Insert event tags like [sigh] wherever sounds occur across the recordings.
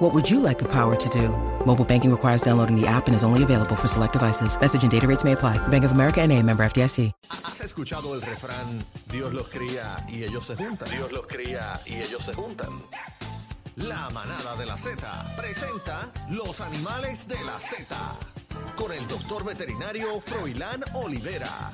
What would you like the power to do? Mobile banking requires downloading the app and is only available for select devices. Message and data rates may apply. Bank of America and a member FDIC. ¿Has escuchado el refrán Dios los cría y ellos se juntan? Dios los cría y ellos se juntan. La manada de la Z presenta los animales de la Z con el doctor veterinario Froilán Olivera.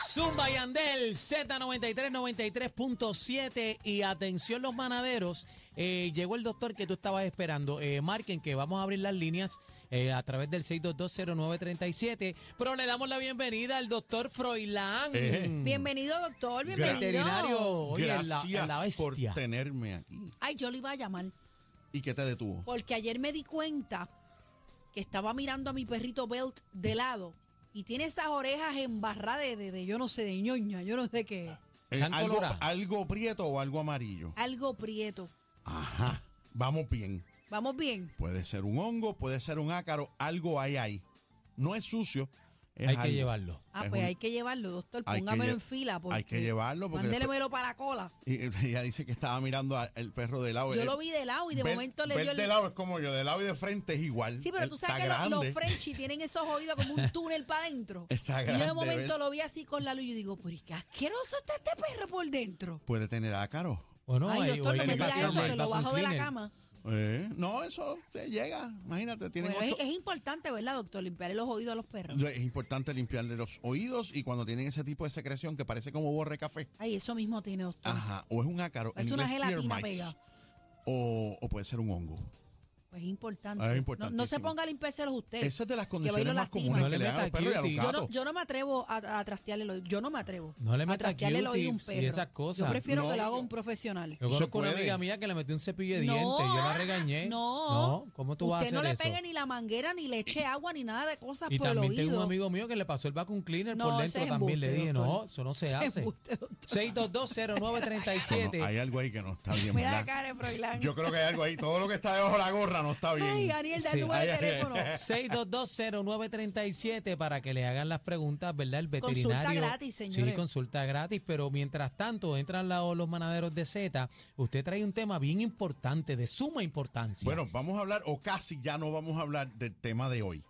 Zumba y Andel, Z93, 93.7 y atención los manaderos, eh, llegó el doctor que tú estabas esperando. Eh, marquen que vamos a abrir las líneas eh, a través del 6220937, pero le damos la bienvenida al doctor Froilán. Eh, Mm. Bienvenido, doctor. Bienvenido. Veterinario, oye, en la, Gracias en la por bestia. tenerme aquí. Ay, yo lo iba a llamar ¿Y qué te detuvo? porque ayer me di cuenta que estaba mirando a mi perrito Belt de lado y tiene esas orejas embarradas de, de- de yo no sé, de ñoña, yo no sé qué. Eh, ¿Tan algo, colorada? algo prieto o algo amarillo? Algo prieto. Ajá. Vamos bien. ¿Vamos bien? Puede ser un hongo, puede ser un ácaro, algo hay ahí. No es sucio. es Hay que algo. llevarlo. Ah, Es pues un- hay que llevarlo, doctor. hay que Póngamelo lle- en fila. hay que llevarlo porque Mándelemelo para la cola. Y, y ella dice que estaba mirando al el perro de lado. Yo Eh, lo vi de lado y de ver- momento le ver dio el... de lado es como yo, de lado y de frente es igual. Sí, pero Él tú sabes Eh, está que los, los grande. Frenchies tienen esos oídos como un túnel para adentro. [laughs] Está y yo de grande, momento ¿ves? lo vi así con la luz y yo digo, pero ¿y qué asqueroso está este perro por dentro? Puede tener ácaro. Bueno, Ay, hay- doctor, hoy no hay me que digas vacuum- pasar eso, mal. que lo vacuum bajo de la cleaner. cama. Eh, no, eso te llega. Imagínate, tienen Bueno, Pues es, ocho, es importante, ¿verdad, doctor? Limpiarle los oídos a los perros. Es importante limpiarle los oídos y cuando tienen ese tipo de secreción que parece como borre café, Ay, eso mismo tiene, doctor. ajá, o es un ácaro, Ah. Es en una inglés, gelatina ear mites, pega. O, o puede ser un hongo. Pues es importante. Ah, es no, no se importantísimo. ponga a limpiárselos usted. Esa es de las Eh, que va y lo condiciones más lastima. comunes No que le le dan a los meta perros y a los cutie. Yo gatos. no, yo no me atrevo a, a trastearle los oídos. Yo no me atrevo. No le a meta trastearle el oído a un Q-tips y perro. esas cosas. Yo prefiero No, que lo haga yo- un profesional. Yo Se conozco una puede. amiga mía que le metió un cepillo de No, dientes, yo la regañé. No. No, ¿cómo tú vas a usted hacer no le eso? pegue ni la manguera, ni le eche agua, ni nada de cosas Y por el oído. también tengo un amigo mío que le pasó el vacuum cleaner No, por ese dentro es también. Le embuste, dije, doctor. no, eso no se Ese es hace. embuste, doctor. 6220937. [laughs] No, no, hay algo ahí que no está bien, Mira la ¿verdad? cara de Froilán. Yo creo que hay algo ahí. Todo lo que está debajo de la gorra no está bien. Ay, Ariel, da Sí. el número de Ay, ay, ay. teléfono. 6220937 para que le hagan las preguntas, ¿verdad? El Consulta veterinario. gratis, Sí, señores. consulta gratis, pero mientras tanto entran la- los manaderos de Z, usted trae un tema bien importante, de suma importancia. Bueno, vamos a hablar, o casi ya no vamos a hablar del tema de hoy,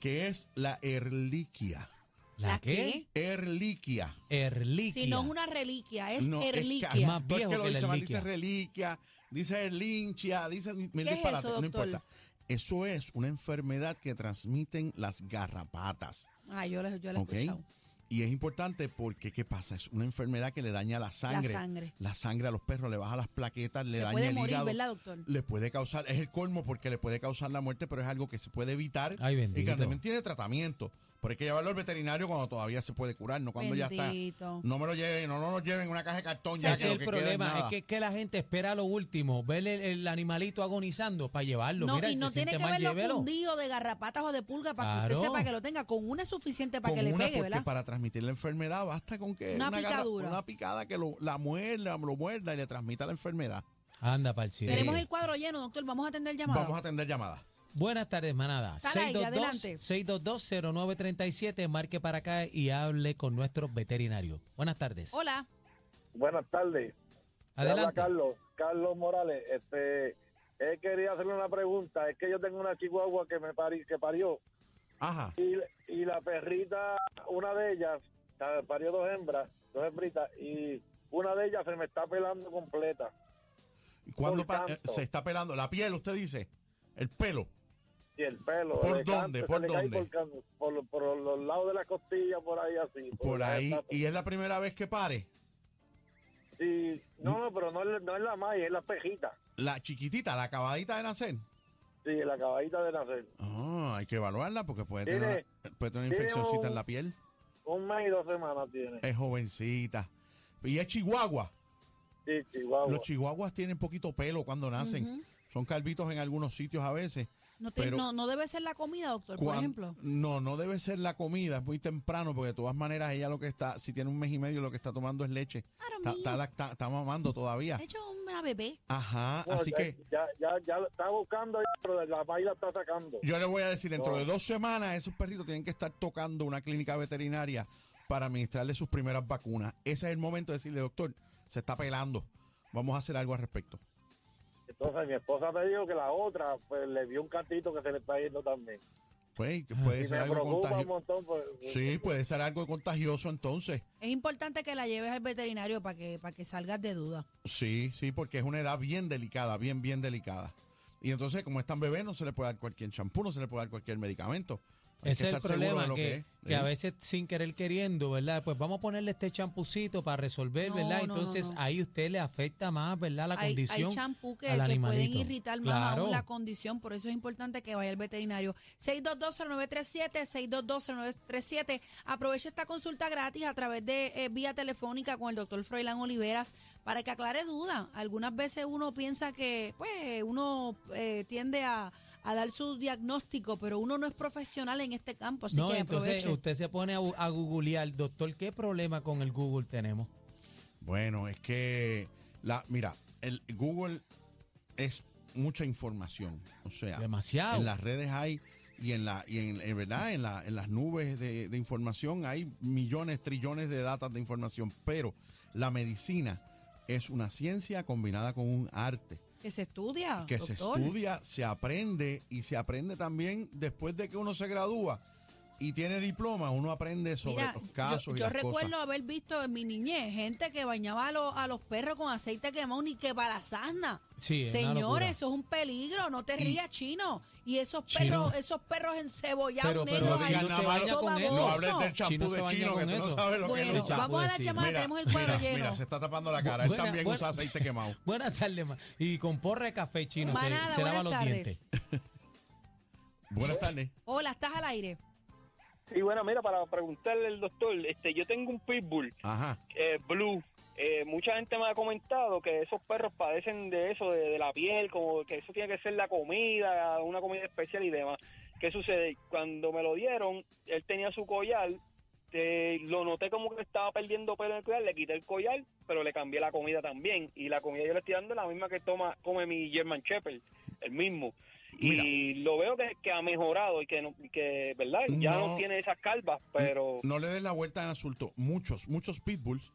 que es la erliquia. ¿la qué? Erliquia. Erliquia. Si no es una reliquia, es No, erliquia. casi- Más no es viejo que lo que la dice mal, reliquia. dice reliquia, dice linchia, dice mil ¿Qué es disparates, eso, no doctor? importa. Eso es una enfermedad que transmiten las garrapatas, Ah, yo le, yo le he ¿ok? escuchado. Y es importante porque, ¿qué pasa? Es una enfermedad que le daña la sangre. sangre. La sangre a los perros, le baja las plaquetas, le Se daña puede el morir, hígado. ¿verdad, doctor? Le puede causar, es el colmo porque le puede causar la muerte, pero es algo que se puede evitar. Ay, Y bendito. que también tiene tratamiento. Pero hay que llevarlo al veterinario cuando todavía se puede curar, no cuando ya Bendito. está. No me lo lleven, no, no nos lleven en una caja de cartón ya Ese que es lo el que queda es problema, es nada. que, es que la gente espera lo último, ver el, el animalito agonizando para llevarlo. No, Mira, y si no se tiene siente que mal, verlo llévelo. fundido de garrapatas o de pulga para que usted Claro. sepa que lo tenga. Con una es suficiente para Con que le una, pegue, porque ¿verdad? para transmitir la enfermedad basta con que Una garra- picadura. una picada que lo- la muerda, lo muerda y le transmita la enfermedad. Anda, parcial. Tenemos el cuadro lleno, doctor. Vamos a atender llamadas. Vamos a atender llamadas. Buenas tardes, manada. Sara, y 622 adelante. 622-0937, marque para acá y hable con nuestro veterinario. Buenas tardes. Hola. Buenas tardes. Te habla Adelante. Carlos, Carlos Morales. Este, él quería hacerle una pregunta. Es que yo tengo una chihuahua que me pari- que parió Ajá. y, y la perrita, una de ellas, la- parió dos hembras, dos hembritas y una de ellas se me está pelando completa. ¿Cuándo Por pa- eh, tanto. se está pelando? La piel, usted dice. El pelo. Y el pelo. ¿Por el dónde? canto, ¿Por se le cae dónde? Por, can- por- por los lados de la costilla, por ahí así. Por ahí. Y... Y es la primera vez que pare. no, no, pero no, es- no es la malla, es la pejita. La chiquitita, la acabadita de nacer. Sí, la caballita de nacer. Ah, hay que evaluarla porque puede tener, Tiene- una, puede tener una tiene infeccióncita en un- la piel. Un mes y dos semanas tiene. Es jovencita. Y es chihuahua. Sí, chihuahua. Los chihuahuas tienen poquito pelo cuando nacen. Son calvitos en algunos sitios a veces. No, te- Pero- no, no debe ser la comida, doctor, por Cuan- ejemplo. No, no debe ser la comida, es muy temprano, porque de todas maneras ella lo que está, si tiene un mes y medio, lo que está tomando es leche. Claro, Está, mío. está lacta- está mamando todavía. De hecho, una bebé. Ajá, No, así ya, que Ya, ya, ya lo está buscando, ahí, pero la baila está sacando. yo le voy a decir, dentro No. de dos semanas esos perritos tienen que estar tocando una clínica veterinaria para administrarle sus primeras vacunas. Ese es el momento de decirle, doctor, se está pelando, vamos a hacer algo al respecto. Entonces mi esposa me dijo que la otra pues le dio un cantito que se le está yendo también. Pues, puede Y ser me algo preocupa un contagioso. montón. Pues, Sí, puede ser algo contagioso entonces. Es importante que la lleves al veterinario para que, para que salgas de duda. Sí, sí, porque es una edad bien delicada, bien, bien delicada. Y entonces, como están bebés, no se le puede dar cualquier champú, no se le puede dar cualquier medicamento. Hay Ese que es el estar seguro problema, de lo que, que es, ¿eh? que ¿sí? a veces sin querer queriendo, ¿verdad? Pues vamos a ponerle este champucito para resolver, No, ¿verdad? no, no, Entonces no. ahí usted le afecta más, ¿verdad? La hay, condición. hay champú que, al que pueden animalito. irritar más Claro. aún la condición, por eso es importante que vaya al veterinario. 622-0937, 622-0937. Aproveche esta consulta gratis a través de eh, vía telefónica con el doctor Froilán Oliveras para que aclare dudas. Algunas veces uno piensa que, pues, uno eh, tiende a, a dar su diagnóstico, pero uno no es profesional en este campo, así no, que entonces aproveche. usted se pone a, bu- a googlear, doctor, ¿qué problema con el Google tenemos? Bueno, es que, la, mira, el Google es mucha información. O sea, Demasiado. en las redes hay, y en la, y en, en verdad, en, la- en las nubes de, de información hay millones, trillones de datas de información. Pero la medicina es una ciencia combinada con un arte. que se estudia. que se doctor. estudia, se aprende y se aprende también después de que uno se gradúa y tiene diploma, uno aprende sobre Mira, los casos yo, y yo las recuerdo cosas. haber visto en mi niñez gente que bañaba a, los- a los perros con aceite quemado ni que para la sarna. Sí, es una locura. Señores, eso es un peligro, no te rías, chino. Y esos Chino. perros, esos perros encebollados Pero- pero negros no ahí, digas nada malo, todo con eso. No baboso. hables del Chino champú se de baña chino, con que tú eso. no sabes lo que es Bueno, el champú. vamos a la decir. llamada, Mira, tenemos el cuadro mira, lleno. mira, se está tapando la cara. Él Buena- también buena- [laughs] usa aceite quemado. Buenas tardes, ma- y con porra de café chino se- Manada, se, lava buenas los dientes. tardes. Buenas tardes. Hola, estás al aire. pues. Sí, bueno, mira, para preguntarle al doctor, este, yo tengo un pitbull Ajá. eh, blue. Eh, mucha gente me ha comentado que esos perros padecen de eso, de, de la piel, como que eso tiene que ser la comida, una comida especial y demás. ¿Qué sucede? Cuando me lo dieron, él tenía su collar, eh, lo noté como que estaba perdiendo pelo en el collar, le quité el collar, pero le cambié la comida también. Y la comida yo le estoy dando la misma que toma, come mi German Shepherd, el mismo. Y lo veo que, que ha mejorado y que, no- y que ¿verdad? Ya no, No. tiene esas calvas, pero... No le des la vuelta en asunto. Muchos, muchos pitbulls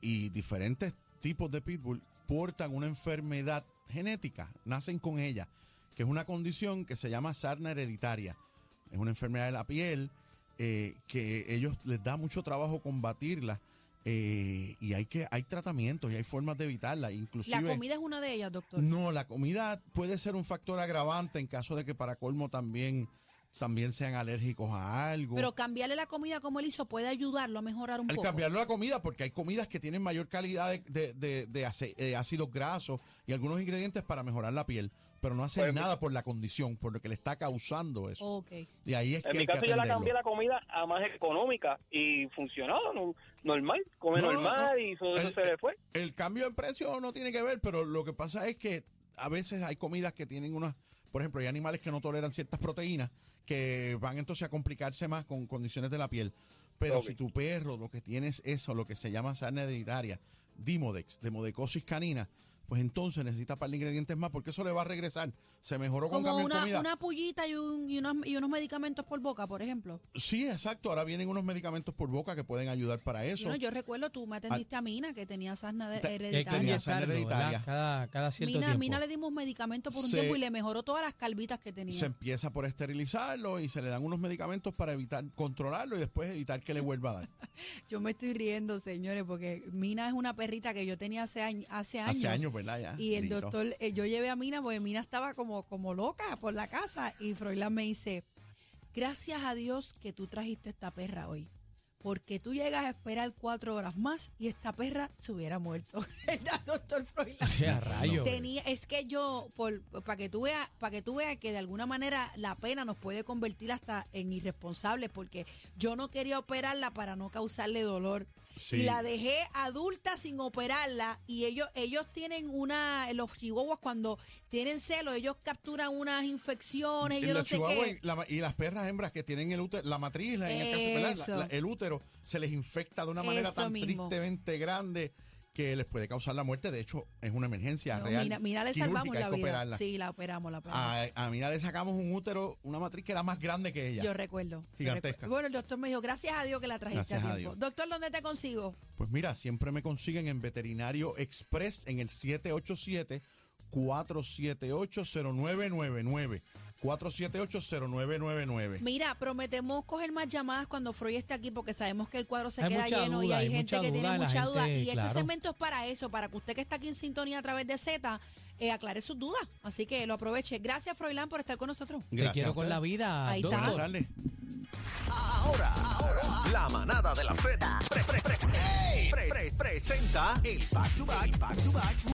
y diferentes tipos de pitbull portan una enfermedad genética, nacen con ella, que es una condición que se llama sarna hereditaria. Es una enfermedad de la piel eh, que ellos les da mucho trabajo combatirla eh, y hay que hay tratamientos y hay formas de evitarla, inclusive. La comida es una de ellas, doctor. No, la comida puede ser un factor agravante en caso de que para colmo también también sean alérgicos a algo. Pero cambiarle la comida como él hizo puede ayudarlo a mejorar un Al poco. cambiarlo la comida, porque hay comidas que tienen mayor calidad de, de- de- de ace- eh, ácidos grasos y algunos ingredientes para mejorar la piel, pero no hacen Pues, nada por la condición, por lo que le está causando eso. Ok. Y ahí es que En mi hay que caso yo la atenderlo. cambié la comida a más económica y funcionaba no- normal, come No, no, normal no. y eso, eso El- se le fue. El cambio en precio no tiene que ver, pero lo que pasa es que a veces hay comidas que tienen unas, por ejemplo, hay animales que no toleran ciertas proteínas que van entonces a complicarse más con condiciones de la piel. Pero Ok. si tu perro lo que tiene es eso, lo que se llama sarna hereditaria, Dimodex, demodecosis canina, pues entonces necesita par de ingredientes más porque eso le va a regresar. Se mejoró con Como cambio en una, comida. una pullita y, un- y unos, y unos medicamentos por boca, por ejemplo. Sí, exacto. Ahora vienen unos medicamentos por boca que pueden ayudar para eso. Yo, no- yo recuerdo, tú me atendiste a Mina, que tenía sarna de- Te- Hay que hereditaria. Tenía sarna inyectarlo, ¿verdad? hereditaria. Cada, cada cierto Mina, tiempo. Mina le dimos medicamento por un Se- tiempo y le mejoró todas las calvitas que tenía. se empieza por esterilizarlo y se le dan unos medicamentos para evitar controlarlo y después evitar que le vuelva a [laughs] dar. Yo me estoy riendo, señores, porque Mina es una perrita que yo tenía hace, año- hace años. Hace años, ¿verdad? Ya, Y el bendito. doctor, eh, yo llevé a Mina porque Mina estaba como, como loca por la casa y Froilán me dice, gracias a Dios que tú trajiste esta perra hoy. Porque tú llegas a esperar cuatro horas más y esta perra se hubiera muerto. [laughs] ¿Verdad, doctor [laughs] Froilán? Sí, a rayo. Tenía, es que yo, por, para que tú veas, para que tú veas que de alguna manera la pena nos puede convertir hasta en irresponsables, porque yo no quería operarla para no causarle dolor. Sí. y la dejé adulta sin operarla y ellos ellos tienen una los chihuahuas cuando tienen celo ellos capturan unas infecciones Y yo no los sé chihuahuas qué y, la- y las perras hembras que tienen el útero, la matriz, la- en el, caso, ¿verdad? La- Eso. la- el útero, se les infecta de una manera Eso tan mismo. tristemente grande que les puede causar la muerte. De hecho, es una emergencia No, real. mira, mira, le quirúrgica, salvamos hay la que vida operarla. Ah, sí la operamos la operamos A, a Mira le sacamos un útero, una matriz que era más grande que ella. Yo recuerdo. yo Gigantesca. recuerdo. Bueno, el doctor me dijo, gracias a Dios que la trajiste Gracias a a tiempo. Dios. Doctor, ¿dónde te consigo? Pues mira, siempre me consiguen en Veterinario Express en el 787-478-0999. 478-0999. Mira, prometemos coger más llamadas cuando Freud esté aquí porque sabemos que el cuadro se Hay queda mucha lleno y duda, hay, hay gente mucha que tiene duda, la mucha duda. gente, y claro. este segmento es para eso, para que usted que está aquí en sintonía a través de Z eh, aclare sus dudas. Así que lo aproveche. Gracias, Froilán, por estar con nosotros. Gracias Te quiero a con ustedes. la vida. Ahí doctor. está. Buenas tardes. Ahora, ahora, la manada de la Z pre- pre- pre- pre- pre- presenta el back to back, back to back